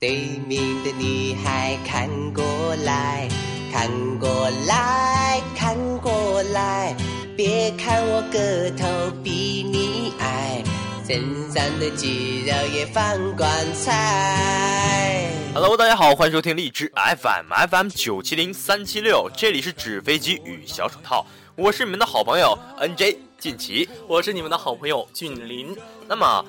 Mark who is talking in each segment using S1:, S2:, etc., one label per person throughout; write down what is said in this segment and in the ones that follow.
S1: 对面的女孩看过来，看过来，看过来，别看我个头比你矮，身上的肌肉也放光彩。
S2: Hello，大家好，欢迎收听荔枝 FM FM 九七零三七六，这里是纸飞机与小手套，我是你们的好朋友 NJ 近奇。
S3: 我是你们的好朋友俊林。
S2: 那么，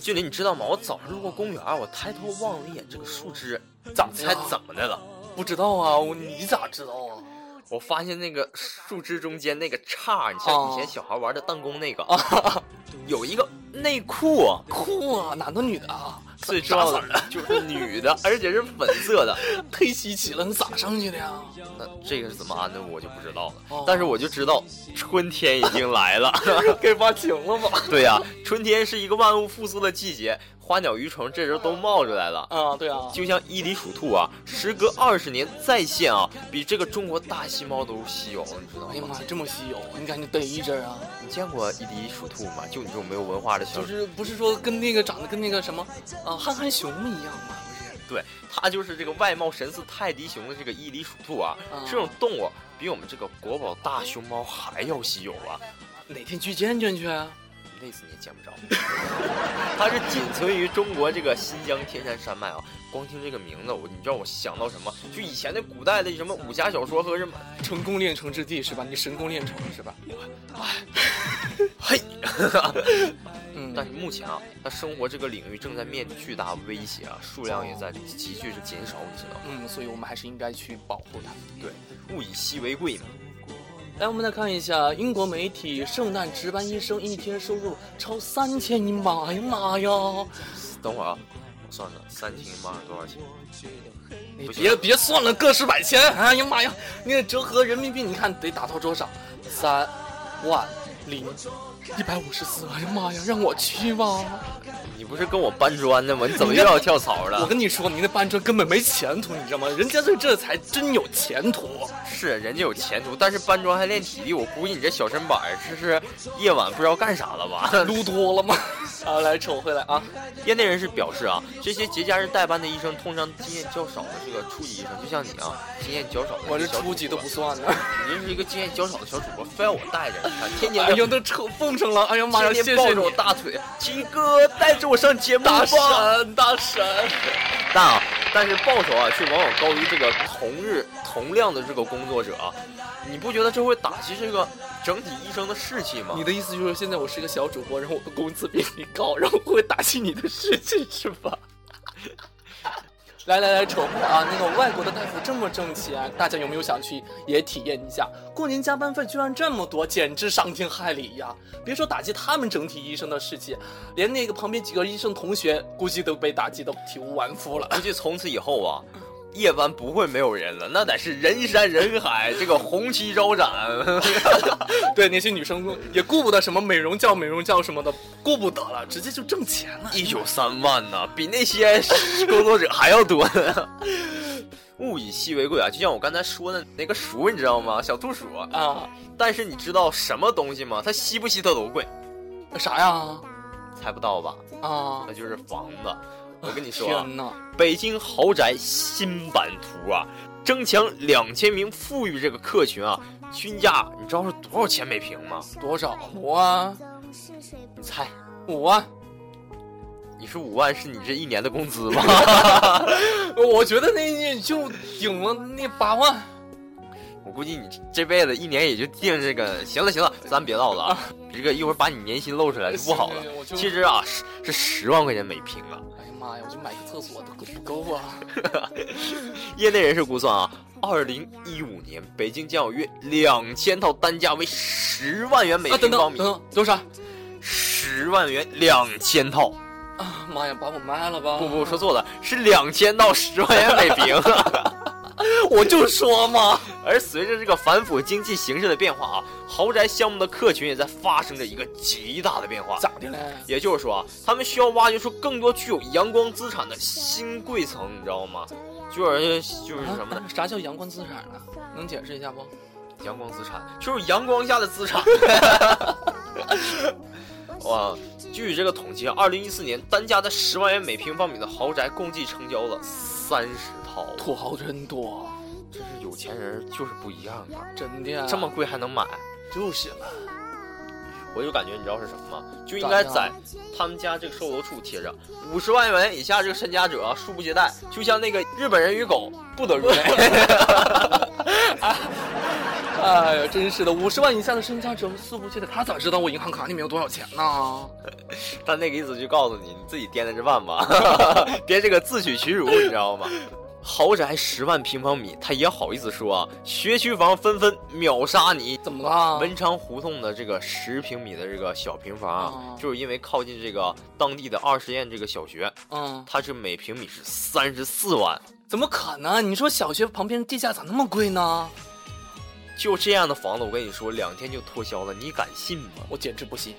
S2: 俊林，你知道吗？我早上路过公园，我抬头望了一眼这个树枝，咋猜怎么的了？
S3: 不知道啊，我你咋知道啊？
S2: 我发现那个树枝中间那个叉，你像
S3: 哦
S2: 以前小孩玩的弹弓那 个，有一个内裤啊，
S3: 酷啊，男的女的啊？
S2: 最重要的就是女的，而且是粉色的。
S3: 忒稀奇了，你咋上去的呀？
S2: 那这个是怎么安的，我就不知道了。
S3: 哦
S2: 但是我就知道春天已经来 了。
S3: 给挖情了吧？
S2: 对呀、春天是一个万物复苏的季节，花鸟鱼虫这时候都冒出来了。
S3: 啊，对啊，
S2: 就像伊犁鼠兔啊，时隔二十年再现啊，比这个中国大细猫都稀有，你知道
S3: 哎呀
S2: 吗？
S3: 妈，这么稀有，你赶紧逮一只啊！
S2: 你见过伊犁鼠兔吗？就你这种没有文化的小人，
S3: 就是不是说跟那个长得跟那个什么啊憨憨熊一样吗？
S2: 对，它就是这个外貌神似泰迪熊的这个伊犁鼠兔啊，
S3: 啊
S2: 这种动物比我们这个国宝大熊猫还要稀有啊。
S3: 哪天去见见去啊？
S2: 累死你也见不着。 它是仅存于中国这个新疆天山山脉啊！光听这个名字，我你知道我想到什么？就以前那古代的什么武侠小说和什么，
S3: 成功练成之地是吧？你神功练成是吧？
S2: 嘿。
S3: 嗯，
S2: 但是目前啊，它生活这个领域正在面临巨大威胁啊，数量也在急剧是减少，你知道吗？
S3: 嗯，所以我们还是应该去保护它。
S2: 物以稀为贵嘛。
S3: 来，我们来看一下英国媒体，圣诞值班医生一天收入超三千英镑，哎呀妈呀！
S2: 等会儿啊，我算算，三千英镑是多少钱？
S3: 你
S2: 不行
S3: 别别算了，个十百千，哎呀妈呀！那折合人民币，你看得打到多少？三万零一百五十四，哎呀妈呀！让我去吧。
S2: 你不是跟我搬砖的吗？你怎么又要跳槽
S3: 我
S2: 了？
S3: 跟你说，你那搬砖根本没前途，你知道吗？人家对这才真有前途。
S2: 是人家有前途，但是搬砖还练体力，我估计你这小身板儿这是夜晚不知道干啥了吧？
S3: 撸多了吗？啊，来扯回来啊！
S2: 业内人士表示啊，这些节假日代班的医生通常经验较少的这个初级医生，就像你啊，经验较少的
S3: 我这
S2: 小主播
S3: 初级都不，算呢。
S2: 你这是一个经验较少的小主播，非要我带着，你看，天天
S3: 哎
S2: 就
S3: 呀，都扯奉上了！哎呀妈呀，谢
S2: 天天
S3: 谢
S2: 抱着我
S3: 你，
S2: 大腿，奇哥带着我上节目吧
S3: 大。神大神。
S2: 但啊，但是报酬啊，却往往高于这个同日同量的这个工作者啊，你不觉得这会打击这个整体医生的士气吗
S3: 你？的意思就是现在我是一个小主播，然后我的工资比你高，然后会打击你的士气是吧？ 来来来，扯破啊！那个外国的大夫这么挣钱，大家有没有想去也体验一下？过年加班费居然这么多，简直伤天害理呀！别说打击他们整体医生的士气，连那个旁边几个医生同学估计都被打击得体无完肤了。
S2: 估计从此以后啊，夜班不会没有人了，那得是人山人海，这个红旗招展。
S3: 对那些女生也顾不得什么美容觉、美容觉什么的，顾不得了，直接就挣钱了。
S2: 一宿三万呢、比那些工作者还要多呢。物以稀为贵啊，就像我刚才说的那个鼠，你知道吗？小兔鼠。
S3: 啊，
S2: 但是你知道什么东西吗？它稀不稀它都贵，
S3: 啥呀？
S2: 猜不到吧？
S3: 啊
S2: 那，就是房子。我跟你说啊，
S3: 天哪！
S2: 北京豪宅新版图啊，争抢两千名富裕这个客群啊，均价你知道是多少钱每平吗？
S3: 多少？啊五万？
S2: 你猜，
S3: 五万？
S2: 你是五万是你这一年的工资吗？
S3: 我觉得那也就顶了那八万。
S2: 我估计你这辈子一年也就定这个。行了行了，咱别唠了 啊，这个一会儿把你年薪露出来就不好了
S3: 行我。就
S2: 其实啊，是是十万块钱每平啊。
S3: 哎呀妈呀！我就买个厕所都够不够啊？
S2: 业内人士估算啊，二零一五年北京将有约两千套单价为十万元每
S3: 啊，
S2: 平
S3: 等
S2: 方米，
S3: 等等等，多少？
S2: 十万元两千套。
S3: 啊妈呀！把我卖了吧！
S2: 不不，我说错了，是两千到十万元每平。
S3: 我就说嘛，
S2: 而随着这个反腐经济形势的变化啊，豪宅项目的客群也在发生着一个极大的变化。
S3: 咋的嘞？
S2: 也就是说啊，他们需要挖掘出更多具有阳光资产的新贵层，你知道吗？就是就是什么呢？
S3: 啊啥叫阳光资产呢？能解释一下不？
S2: 阳光资产就是阳光下的资 产。哇，据这个统计，啊二零一四年单价在十万元每平方米的豪宅共计成交了三十套，
S3: 土豪真多，
S2: 真是有钱人就是不一样啊！
S3: 真的
S2: 这么贵还能买？
S3: 就是嘛，
S2: 我就感觉你知道是什么吗？就应该在他们家这个售楼处贴着五十万元以下这个身家者恕不接待，就像那个日本人与狗不得入内。
S3: 哎呀，真是的，五十万以下的身家只有四不记得，他咋知道我银行卡里面有多少钱呢？
S2: 但那个意思就告诉你，你自己掂量着办吧， 别这个自取其辱，你知道吗？豪宅十万平方米，他也好意思说啊？学区房纷纷秒杀你。
S3: 怎么了？
S2: 文昌胡同的这个十平米的这个小平房啊，
S3: 哦
S2: 就是因为靠近这个当地的二实验这个小学，
S3: 嗯，
S2: 它是每平米是三十四万。
S3: 怎么可能？你说小学旁边地价咋那么贵呢？
S2: 就这样的房子，我跟你说，两天就脱销了，你敢信吗？
S3: 我简直不信。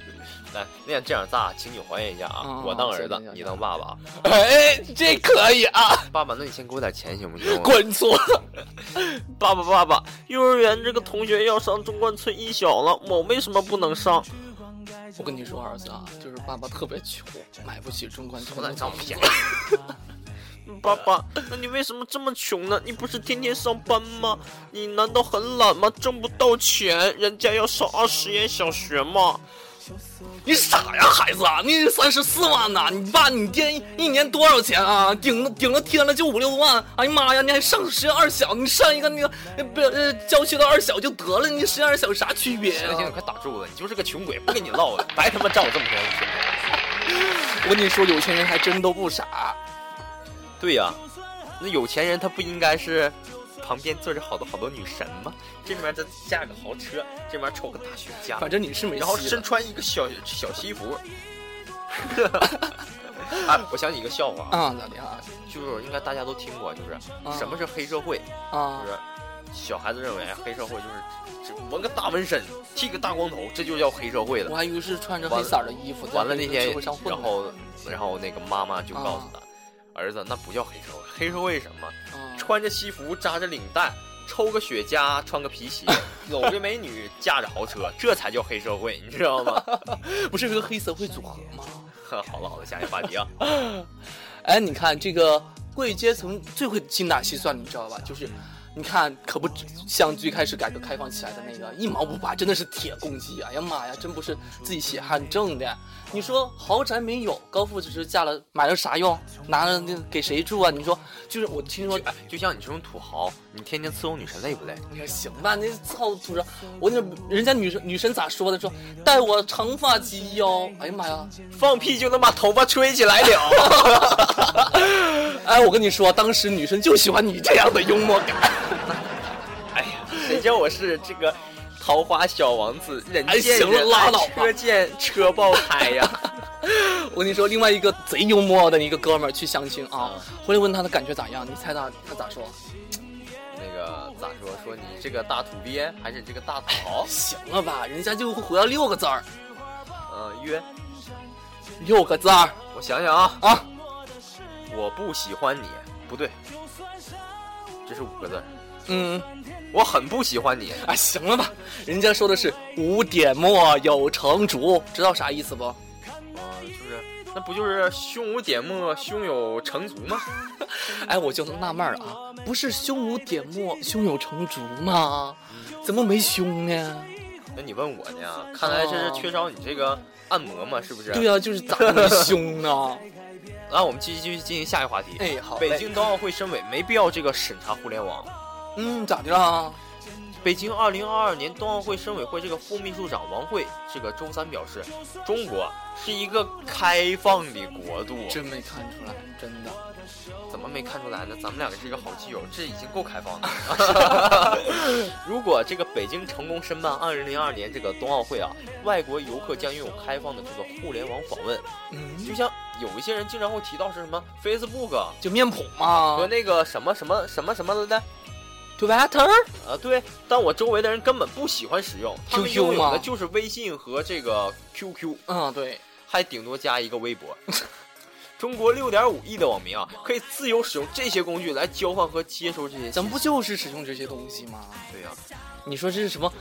S2: 来，那样这样，咱俩情景还原一下啊，
S3: 哦
S2: 我当儿子
S3: 行行，行
S2: 你当爸爸啊。
S3: 哎，这可以 啊！
S2: 爸爸，那你先给我点钱行不行？
S3: 滚犊子！
S2: 爸爸，爸爸，幼儿园这个同学要上中关村一小了，我为什么不能上？
S3: 我跟你说，儿子啊，就是爸爸特别穷，买不起中关村的
S2: 占我便宜。 爸爸，那你为什么这么穷呢？你不是天天上班吗？你难道很懒吗？挣不到钱，人家要上二实验小学吗？
S3: 你傻呀，孩子啊！你三十四万呐、你爸你爹一一年多少钱啊？顶了顶了天了就五六万！哎呀妈呀，你还上实验二小？你上一个那个呃不呃郊区的二小就得了，你实验二小有啥区别、
S2: 行了行了，
S3: 啊？
S2: 快打住了！你就是个穷鬼，不跟你唠了，白他妈占我这么多钱。
S3: 我跟你说，有钱人还真都不傻。
S2: 对呀、那有钱人他不应该是旁边坐着好多好多女神吗？这边再驾个豪车，这边抽个大雪茄，
S3: 反正你是没戏
S2: 然后
S3: 了
S2: 身穿一个小小西 服。哎，我想起一个笑话啊，
S3: 啊，咋的啊？
S2: 就是应该大家都听过，就是
S3: 啊
S2: 什么是黑社会？就
S3: 啊
S2: 是小孩子认为黑社会就是只纹个大纹身，剃个大光头，这就叫黑社会
S3: 我
S2: 了。
S3: 还以为是穿着黑色儿的衣服，
S2: 完了
S3: 在
S2: 那
S3: 个
S2: 天
S3: 社会上，混啊
S2: 然
S3: 呢
S2: 后然后那个妈妈就告诉他，儿子那不叫黑社会，黑社会是什么？
S3: 啊
S2: 穿着西服，扎着领带，抽个雪茄，穿个 皮鞋，搂着美女，驾着豪车，这才叫黑社会，你知道 吗？
S3: 不是有个黑社会组合吗？
S2: 好了好了，下一个话题啊，
S3: 哎，你看这个贵阶层最会精打细算，你知道吧？就是，你看可不像最开始改革开放起来的那个一毛不拔，真的是铁公鸡啊！哎呀妈呀，真不是自己血汗挣的。你说豪宅没有，高富只是嫁了，买了啥用？拿了那个给谁住啊？你说就是我听说
S2: 就。哎就像你这种土豪，你天天伺候女神累不累？
S3: 哎呀，行吧，那操土着，我那人家女生女生咋说的？说带我长发及腰。哎呀妈呀！
S2: 放屁就能把头发吹起来了。
S3: 哎，我跟你说，当时女生就喜欢你这样的幽默感。
S2: 哎呀， 谁叫我是这个桃花小王子？人
S3: 哎
S2: 见
S3: 行了
S2: 人
S3: 拉
S2: 爱
S3: 倒吧
S2: 车见车爆胎呀！
S3: 我跟你说，另外一个贼幽默的一个哥们儿去相亲啊
S2: 啊，
S3: 回来问他的感觉咋样，你猜他他咋说？啊
S2: 那个咋说？说你这个大土鳖还是这个大土豪？
S3: 行了吧，人家就回了六个字儿，
S2: 嗯、约
S3: 六个字儿
S2: 我想想啊，
S3: 啊，
S2: 我不喜欢你，不对，这是五个字儿。
S3: 嗯，
S2: 我很不喜欢你，
S3: 哎，行了吧，人家说的是五点墨有成竹，知道啥意思不？
S2: 呃，就是那不就是胸无点墨，胸有成竹吗？
S3: 哎，我就纳闷儿了啊，不是胸无点墨，胸有成竹吗？怎么没胸呢？
S2: 那你问我呢？看来这是缺少你这个按摩嘛，是不啊是？
S3: 哦对啊呀、就是咋没 胸呢？
S2: 然后我们继续继续进行下一个话题。
S3: 哎，好嘞，
S2: 北京冬奥会申委没必要这个审查互联网。
S3: 嗯，咋的啦？
S2: 北京2022年冬奥会申委会这个副秘书长王慧这个周三表示，中国是一个开放的国度。
S3: 真没看出来，真的。
S2: 怎么没看出来呢？咱们两个是一个好基友，这已经够开放了。 如果这个北京成功申办2002年这个冬奥会啊，外国游客将拥有开放的这个互联网访问。就
S3: 嗯，
S2: 像有一些人经常会提到是什么 Facebook 啊
S3: 就面谱嘛
S2: 和那个什么什么什么什么的呢？
S3: ，Twitter。
S2: 啊，对，但我周围的人根本不喜欢使用，他们
S3: QQ
S2: 拥有
S3: 吗
S2: 的就是微信和这个 QQ，
S3: 嗯，对，
S2: 还顶多加一个微博。中国六点五亿的网民啊，可以自由使用这些工具来交换和接收这些信息。
S3: 咱们不就是使用这些东西吗？
S2: 对呀、
S3: 你说这是什么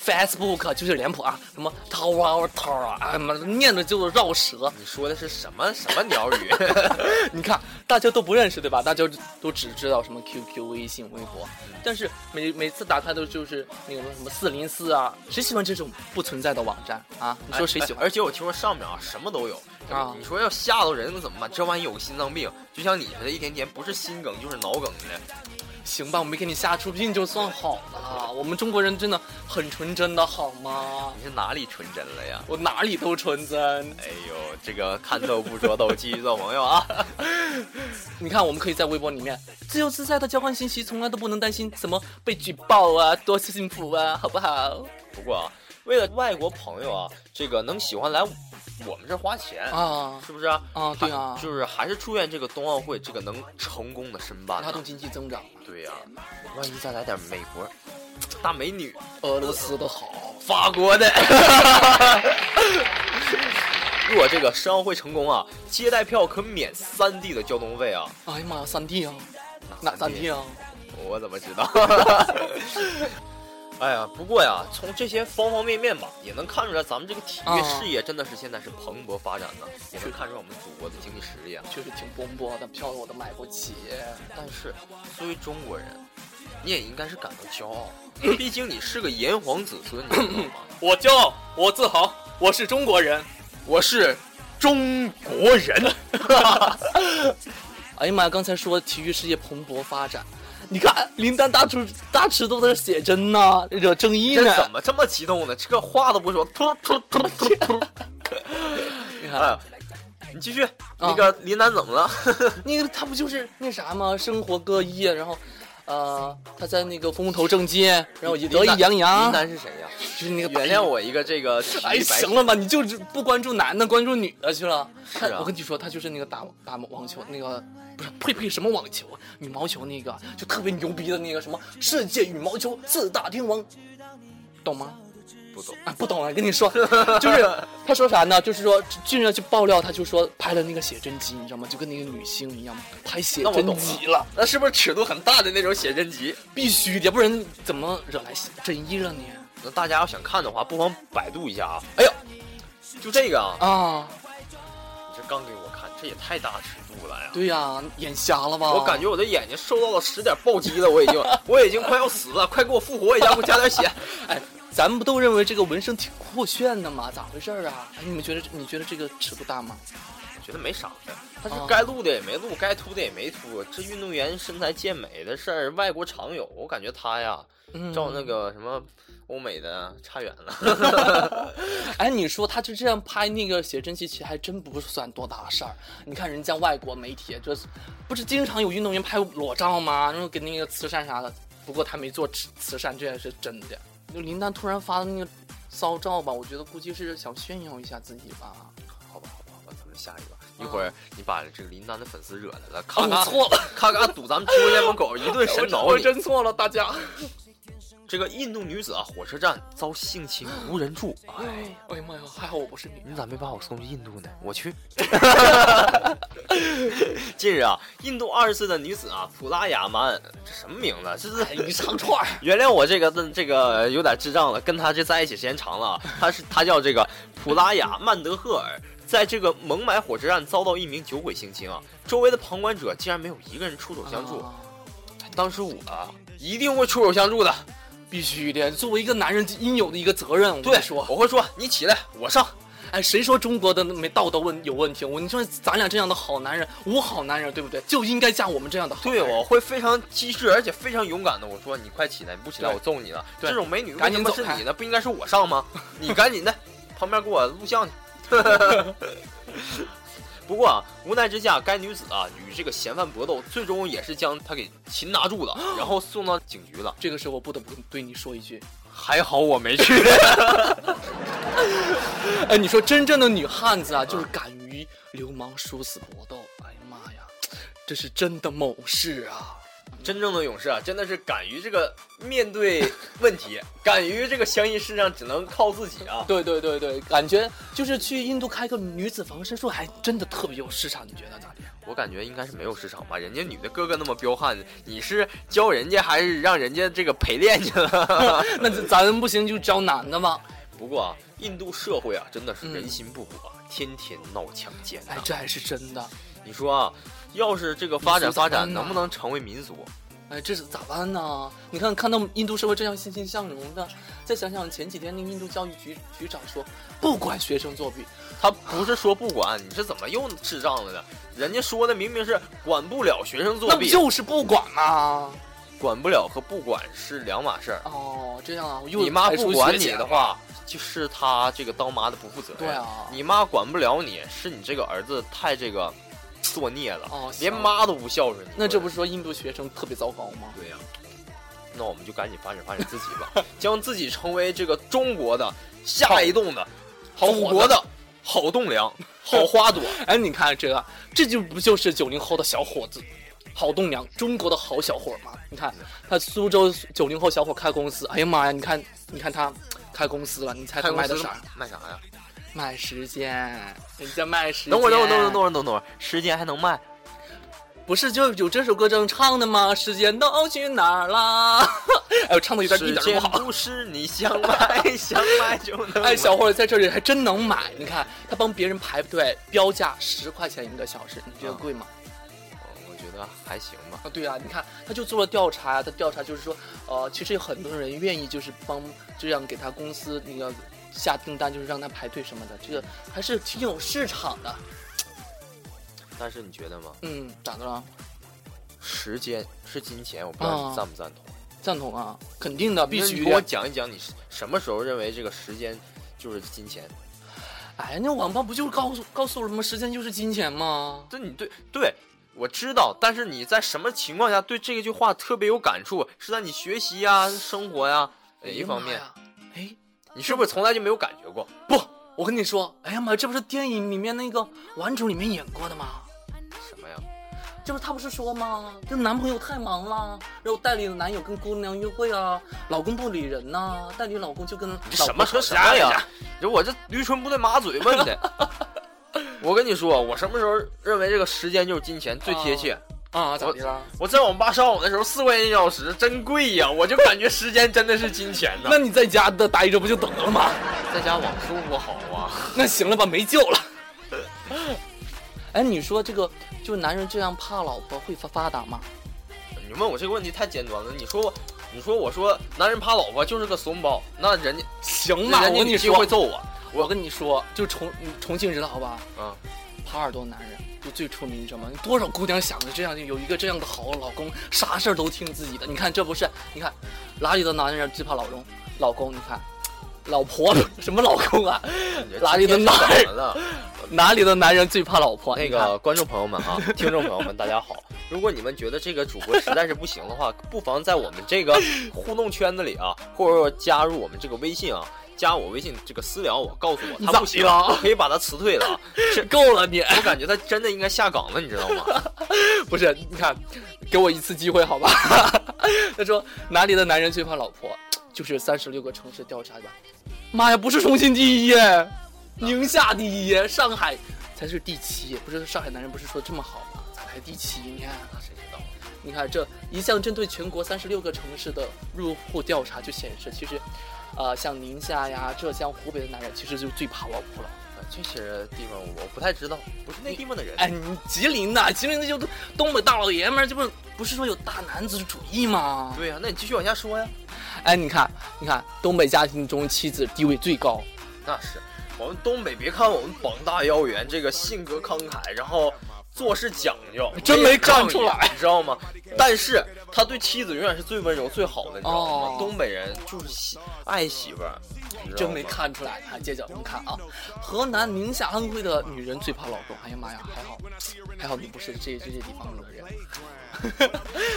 S3: ？Facebook 就是脸谱啊，什么掏啊掏啊，啊妈念着就是绕舌。
S2: 你说的是什么什么鸟语？
S3: 你看大家都不认识对吧？大家都只知道什么 QQ、微信、微博，但是每每次打开的就是那个什么四零四啊，谁喜欢这种不存在的网站啊？你说谁 喜
S2: 哎
S3: 欢？
S2: 而且我听说上面啊什么都有
S3: 啊
S2: 你说要吓到人怎么办？这万一有个心脏病，就像你似的，一天天不是心梗就是脑梗的。
S3: 行吧，我没给你下出病就算好了。我们中国人真的很纯真的好吗？
S2: 你是哪里纯真了呀？
S3: 我哪里都纯真。
S2: 哎呦，这个看透不说透，继续做朋友啊！
S3: 你看，我们可以在微博里面自由自在的交换信息，从来都不能担心什么被举报啊，多幸福啊，好不好？
S2: 不过啊，为了外国朋友啊，这个能喜欢来我们这儿花钱，
S3: 啊
S2: 是不是啊？
S3: 啊，对啊
S2: 还，就是还是祝愿这个冬奥会这个能成功的申办
S3: 拉
S2: 啊、
S3: 动经济增长，
S2: 对呀、万一再来点美国大美女、
S3: 俄罗斯的好，
S2: 法国的。如果这个申奥会成功啊，接待票可免三地的交通费啊！
S3: 哎呀妈呀，三 D 啊，哪三 D 啊？
S2: 我怎么知道？ 哎呀，不过呀，从这些方方面面吧，也能看出来咱们这个体育
S3: 啊
S2: 事业真的是现在是蓬勃发展的，也能看出来我们祖国的经济实力啊。
S3: 确实挺奔波的，票我都买不起。
S2: 但是，作为中国人，你也应该是感到骄 傲，毕竟你是个炎黄子孙，你知道吗？
S3: 我骄傲，我自豪，我是中国人，我是中国人。哎呀妈呀，刚才说体育事业蓬勃发展，你看林丹大尺大尺度的写真呢，惹争议
S2: 这
S3: 呢。
S2: 怎么这么激动呢？这个话都不说，突突突突突！
S3: 你
S2: 哎
S3: 看，
S2: 呀，你继续，那个林丹怎么了？
S3: 那个他不就是那啥吗？生活各异，然后，呃，他在那个风头正劲，然 后呃得意洋
S2: 林
S3: 洋，
S2: 丹是谁呀？
S3: 就是那个
S2: 原谅。我一个这 个体育白
S3: 哎，
S2: 痴
S3: 行了吧，你就是不关注男的，关注女的去了。
S2: 是啊
S3: 我跟你说，他就是那个打打网球那个，不是呸呸什么网球，羽毛球那个，就特别牛逼的那个什么世界羽毛球四大天王，懂吗？
S2: 不懂。
S3: 啊，不懂啊，跟你说，就是 他说啥呢？就是说，竟然去爆料，他就说拍了那个写真集，你知道吗？就跟那个女星一样，拍写
S2: 那我
S3: 真
S2: 懂
S3: 集
S2: 了，那是不是尺度很大的那种写真集？
S3: 必须的，不然怎么惹来争议了呢？
S2: 那大家要想看的话，不妨百度一下啊。哎呦，就这个啊，
S3: 啊，
S2: 你这刚给我看，这也太大尺度了呀！
S3: 对呀、眼瞎了吧？
S2: 我感觉我的眼睛受到了十点暴击了，我已经，我已经快要死了，快给我复活一下，给我加点血。
S3: 哎，咱们不都认为这个纹身挺酷炫的吗？咋回事儿啊？哎，你们觉得你觉得这个尺度大吗？
S2: 觉得没啥的，但
S3: 啊
S2: 是该录的也没录，该秃的也没秃。啊这运动员身材健美的事儿，外国常有。我感觉他呀，
S3: 嗯
S2: 照那个什么欧美的差远 了。
S3: 哎，你说他就这样拍那个写真集，其实还真不算多大事儿。你看人家外国媒体，这不是经常有运动员拍裸照吗？然后给那个慈善啥的。不过他没做慈慈善，这也是真的。就林丹突然发的那个骚照吧，我觉得估计是想炫耀一下自己吧。
S2: 好吧，好吧，好吧，咱们下一个。一会儿你把这个林丹的粉丝惹来啊了，咔
S3: 哦我
S2: 咔
S3: 错了，
S2: 咔咔堵咱们直播间门口，一 顿神挠
S3: 我
S2: 你。
S3: 真错了，大家。
S2: 这个印度女子啊，火车站遭性侵无人住，哎，
S3: 哎呀妈呀，还好我不是你。
S2: 你咋没把我送去印度呢？我去。 近日啊，印度二十岁的女子啊，普拉雅曼，这什么名字？这是
S3: 哎，一长串儿
S2: 原谅我这个这个有点智障了，跟他这在一起时间长了啊，他是他叫这个普拉雅曼德赫尔，在这个孟买火车站遭到一名酒鬼性侵啊，周围的旁观者竟然没有一个人出手相助，
S3: 啊
S2: 当时我啊一定会出手相助的，
S3: 必须的，作为一个男人应有的一个责任。我跟
S2: 对
S3: 你，说，
S2: 我会说你起来，我上，
S3: 哎，谁说中国的没道德问有问题？我你说咱俩这样的好男人，无好男人，对不对？就应该像我们这样的好男
S2: 对，
S3: 人。
S2: 我会非常机智而且非常勇敢的，我说你快起来，你不起来
S3: 对
S2: 我揍你了，
S3: 对
S2: 这种美女
S3: 赶紧
S2: 为什
S3: 走
S2: 么
S3: 开
S2: 是你的，不应该是我上 吗？你赶紧的，旁边给我录像去。 不过啊，无奈之下，该女子啊与这个嫌犯搏斗，最终也是将他给擒拿住了，然后送到警局了。
S3: 这个时候我不得不对你说一句，
S2: 还好我没去。
S3: 哎，你说真正的女汉子啊，就是敢于流氓殊死搏斗。哎呀妈呀，这是真的猛士啊！
S2: 真正的勇士啊，真的是敢于这个面对问题，敢于这个相信世上只能靠自己啊。
S3: 对对对对，感觉就是去印度开个女子防身术，还真的特别有市场，你觉得咋地？
S2: 我感觉应该是没有市场吧，人家女的个个那么彪悍，你是教人家还是让人家这个陪练去了？
S3: 那咱咱不行就招男的吗？
S2: 不过啊，印度社会啊，真的是
S3: 嗯
S2: 人心不古啊，天天闹强奸、
S3: 哎
S2: 啊。，
S3: 这还是真的。
S2: 你说啊，要是这个发展
S3: 民俗
S2: 发
S3: 怎么办
S2: 展，
S3: 呢
S2: 能不能成为民俗？
S3: 哎，这是咋办呢？你看，看到印度社会这样欣欣向荣的，再想想前几天那个印度教育局局长说，不管学生作弊，
S2: 他不是说不管，你这怎么又智障了呢？人家说的明明是管不了学生作
S3: 那不
S2: 弊，
S3: 就是不管吗？
S2: 管不了和不管是两码事儿。
S3: 哦，这样啊，我又
S2: 你妈
S3: 排除
S2: 不管
S3: 学
S2: 你
S3: 姐
S2: 的
S3: 了，
S2: 话，就是他这个当妈的不负责任。
S3: 对啊
S2: 你妈管不了你，是你这个儿子太这个作孽了，
S3: 哦行
S2: 连妈都不孝顺你。
S3: 那这不
S2: 是
S3: 是说印度学生特别糟糕吗？
S2: 对呀、那我们就赶紧发展发展自己吧，将自己成为这个中国的下一栋的
S3: 好
S2: 祖国的好栋梁、好 花朵。
S3: 哎，你看这个，这就不就是九零后的小伙子，好栋梁，中国的好小伙嘛？你看他苏州九零后小伙开公司，哎呀妈呀，你看，你看他开公司了，你猜
S2: 开
S3: 他
S2: 公
S3: 卖的
S2: 司
S3: 啥？
S2: 卖啥呀？
S3: 卖时间，人家卖时间。
S2: 等会儿，等会儿，等会儿，等会儿，等会儿，时间还能卖？
S3: 不是就有这首歌这样唱的吗？时间都去哪儿啦？ 哎，我唱 的有点一
S2: 时
S3: 点都
S2: 间
S3: 不好。
S2: 不是你想买 想买就能买。
S3: 哎，小伙儿在这里还真能买，你看他帮别人排队，标价十块钱一个小时，你觉得贵吗？
S2: 我觉得还行吧。
S3: 啊，对啊，你看，他就做了调查，他调查就是说，呃，其实有很多人愿意就是帮这样给他公司那个下订单，就是让他排队什么的，这个还是挺有市场的。
S2: 但是你觉得吗？
S3: 嗯，咋的了？
S2: 时间是金钱，我不知道你
S3: 啊
S2: 赞不赞同。
S3: 赞同啊，肯定的，必
S2: 那
S3: 须
S2: 你
S3: 的
S2: 给我讲一讲，你是什么时候认为这个时间就是金钱？
S3: 哎，那网吧不就是告诉告诉我们吗时间就是金钱吗？
S2: 这你对对，我知道，但是你在什么情况下对这句话特别有感触？是在你学习呀、生活呀哪一方面
S3: 哎？呀妈呀？哎，
S2: 你是不是从来就没有感觉过？
S3: 不，我跟你说，哎呀妈呀，这不是电影里面那个《顽主》里面演过的吗？
S2: 什么呀？
S3: 这不他不是说吗？这男朋友太忙了，然后代理男友跟姑娘约会啊，老公不理人呐、代理老公就跟
S2: 你这
S3: 老
S2: 什
S3: 婆
S2: 么说
S3: 吵
S2: 什
S3: 架
S2: 么呀
S3: 呀？？
S2: 这我这驴唇不对马嘴吧你得。 我跟你说，我什么时候认为这个时间就是金钱最贴切？
S3: 啊，咋的啦？
S2: 我在网吧上网的时候，四块钱一小时，真贵呀！我就感觉时间真的是金钱呐。
S3: 那你在家的待着不就得了吗？
S2: 在家网速不好啊，
S3: 那行了吧，没救了。哎，你说这个就是男人这样怕老婆会发发达吗？
S2: 你问我这个问题太尖端了。你说我，你说我说男人怕老婆就是个怂包，那人家
S3: 行吧，
S2: 那
S3: 我跟
S2: 人
S3: 你
S2: 家就
S3: 说
S2: 会，揍我。
S3: 我跟你说，就重重庆知道吧？
S2: 啊，
S3: 耙耳朵男人就最出名，你知道吗？多少姑娘想着这样有一个这样的好老公，啥事儿都听自己的。你看这不是？你看哪里的男人最怕老公？老公，你看，老婆 什么老公啊？哪里的
S2: 哪
S3: 哪
S2: 儿
S3: 儿
S2: 了？
S3: 哪里的男人最怕老婆？
S2: 那
S3: 你看
S2: 个观众朋友们啊，听众朋友们，大家好！如果你们觉得这个主播实在是不行的话，不妨在我们这个互动圈子里啊，或者说加入我们这个微信啊，加我微信这个私聊我，告诉我
S3: 你
S2: 他
S3: 咋
S2: 不行
S3: 地了
S2: 我可以把他辞退了啊。
S3: 是够了你，
S2: 我感觉他真的应该下岗了，你知道 吗？
S3: 不是？你看，给我一次机会好吧？ 他说哪里的男人最怕老婆？就是三十六个城市调查吧。妈呀，不是重庆第一耶，宁夏第一耶，上海才是第七。不是上海男人不是说这么好吗？咋才第七？你看。啊
S2: 那谁知道？
S3: 你看，这一项针对全国三十六个城市的入户调查就显示，其实，呃，像宁夏呀、浙江、湖北的男人，其实就最怕老婆了。
S2: 啊这些地方我不太知道，不是那地方的人。
S3: 哎，你吉林呐、吉林那就东东北大老爷们儿，这不不是说有大男子主义吗？
S2: 对呀、那你继续往下说呀。
S3: 哎，你看，你看，东北家庭中妻子地位最高，
S2: 那是我们东北，别看我们膀大腰圆，这个性格慷慨，然后做事讲究，
S3: 哎真没看出来
S2: 仗义你知道吗？但是他对妻子永远是最温柔、最好的，你知道吗？
S3: 哦
S2: 东北人就是喜爱媳妇儿，你知道吗
S3: 真没。看出来啊！接着我们看啊，河南、宁夏、安徽的女人最怕老公。哎呀妈呀，还好，还好你不是这这些地方的人。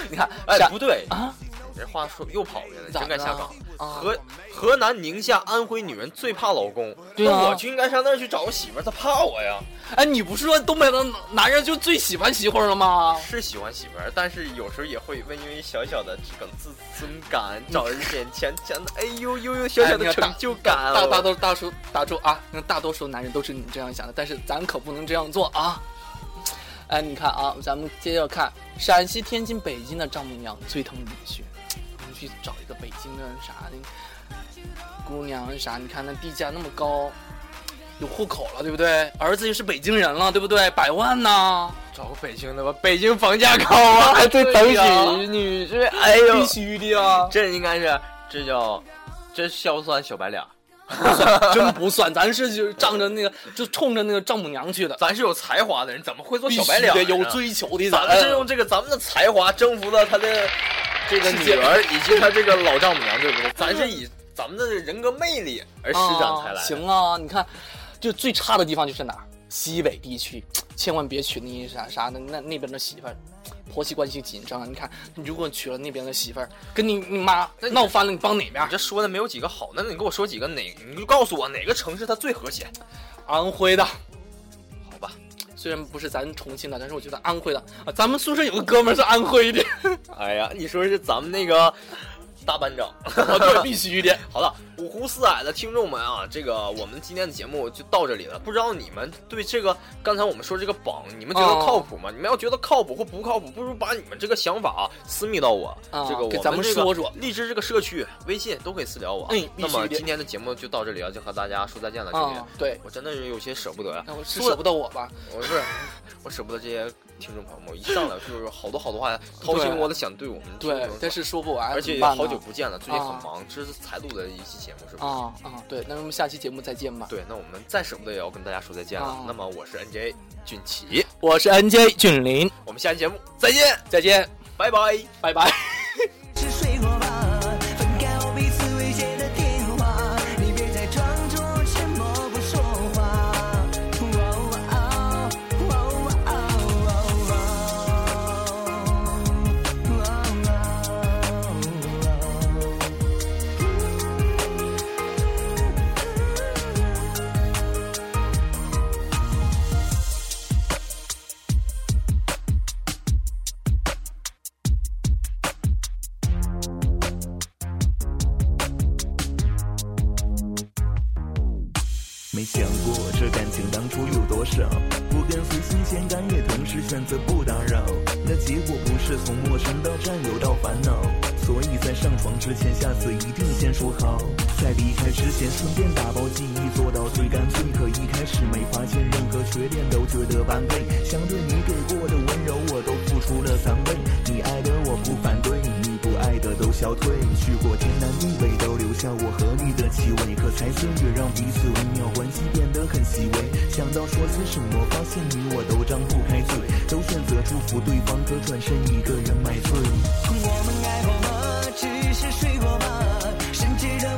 S3: 你看，
S2: 哎，
S3: 陕
S2: 不对，
S3: 啊，
S2: 这话说又跑回来了，
S3: 咋
S2: 真该下
S3: 了
S2: 岗。
S3: 啊
S2: 河河南、宁夏、安徽女人最怕老公，
S3: 对啊
S2: 那我就应该上那儿去找个媳妇儿，她怕我呀。
S3: 哎，你不是说东北的男人就最喜欢媳妇儿了吗？
S2: 是喜欢媳妇儿，但是有时候也会因为因为小小的这种自尊感，找人点钱，讲的哎呦呦呦小小
S3: 哎你
S2: 的
S3: 看大
S2: 成就感哦，
S3: 大大多大数大数啊，那大多数男人都是你这样想的，但是咱可不能这样做啊！哎，你看啊，咱们接着看陕西、天津、北京的丈母娘最疼女婿，我们去找一个北京的啥姑娘啥，你看那地价那么高，有户口了，对不对？儿子又是北京人了，对不对？百万呢，
S2: 找个北京的吧，北京房价高啊，还最疼
S3: 对呀
S2: 娶女婿，哎呦，
S3: 须的啊！
S2: 这应该是这叫这消算小白脸，
S3: 真不算，咱是就仗着那个，就冲着那个丈母娘去的，
S2: 咱是有才华的人，怎么会做
S3: 必
S2: 小白脸
S3: 须
S2: 呢？
S3: 得有追求的，
S2: 咱们是用这个咱们的才华征服了他的这个女儿以及他这个老丈母娘，对不 对？咱是以咱们的人格魅力而施展才来的。
S3: 啊。行啊，你看，就最差的地方就是哪儿？西北地区，千万别娶那啥啥的，那那边的媳妇儿，婆媳关系紧张。啊你看，你如果娶了那边的媳妇儿，跟你你妈
S2: 那你
S3: 闹翻了，你帮哪边
S2: 你？这说的没有几个好，那你给我说几个哪？你就告诉我哪个城市它最和谐？
S3: 安徽的，
S2: 好吧，
S3: 虽然不是咱重庆的，但是我觉得安徽的啊，咱们宿舍有个哥们儿是安徽 的，
S2: 哎呀，你说是咱们那个大班长。
S3: 我这啊必 须的。
S2: 好了，五湖四海的听众们啊，这个我们今天的节目就到这里了。不知道你们对这个刚才我们说这个榜，你们觉得
S3: 哦
S2: 靠谱吗？你们要觉得靠谱或不靠谱，不如把你们这个想法啊私密到我、
S3: 啊
S2: 这个我
S3: 给咱们
S2: 这个
S3: 说说
S2: 荔枝这个社区、微信都可以私聊我。
S3: 嗯必
S2: 哎那
S3: 须
S2: 么
S3: 的
S2: 今天的节目就到这里啊了，就和大家说再见了，兄弟。
S3: 啊，对，
S2: 我真的是有些舍不得呀
S3: 那，我是
S2: 说
S3: 舍不得我吧？
S2: 我不是，我舍不得这些听众朋友们，我一上来就是好多好多话，掏心窝子想对我们听众
S3: 对
S2: 说，
S3: 但是说不完，
S2: 而且
S3: 怎
S2: 也
S3: 么办
S2: 好
S3: 呢
S2: 久不见了，最近很
S3: 啊
S2: 忙，这是才录的一期节目，是不是？
S3: 啊啊，对，那我们下期节目再见吧。
S2: 对，那我们再舍不得也要跟大家说再见了
S3: 啊。
S2: 那么我是 NJ 俊奇，
S3: 我是 NJ 俊林，
S2: 我们下期节目再见，
S3: 再见，
S2: 拜拜。
S3: 拜拜。
S1: 是水果吧，分开后彼此慰藉的电话，你别再装作沉默不说话。哇哦哇哦哇哦哇哦哇哦哇哦哇哦
S4: 没想过这感情当初有多少，不甘随新鲜感，也同时选择不打扰。那结果不是从陌生到占有到烦恼，所以在上床之前，下次一定先说好。在离开之前，顺便打包记忆，做到最干脆。可一开始没发现任何缺点，都觉得般配。相对你给过的温柔，我都付出了三倍。你爱的我不反对，你不爱的都消退。去过天南地北，都留下我和你的气味。可才岁月让彼此微妙关系变得很细微。想到说些什么，发现你我都张不开嘴，都选择祝福对方，可转身一个人买醉。
S1: 我们爱过吗？只是睡过吧，甚至热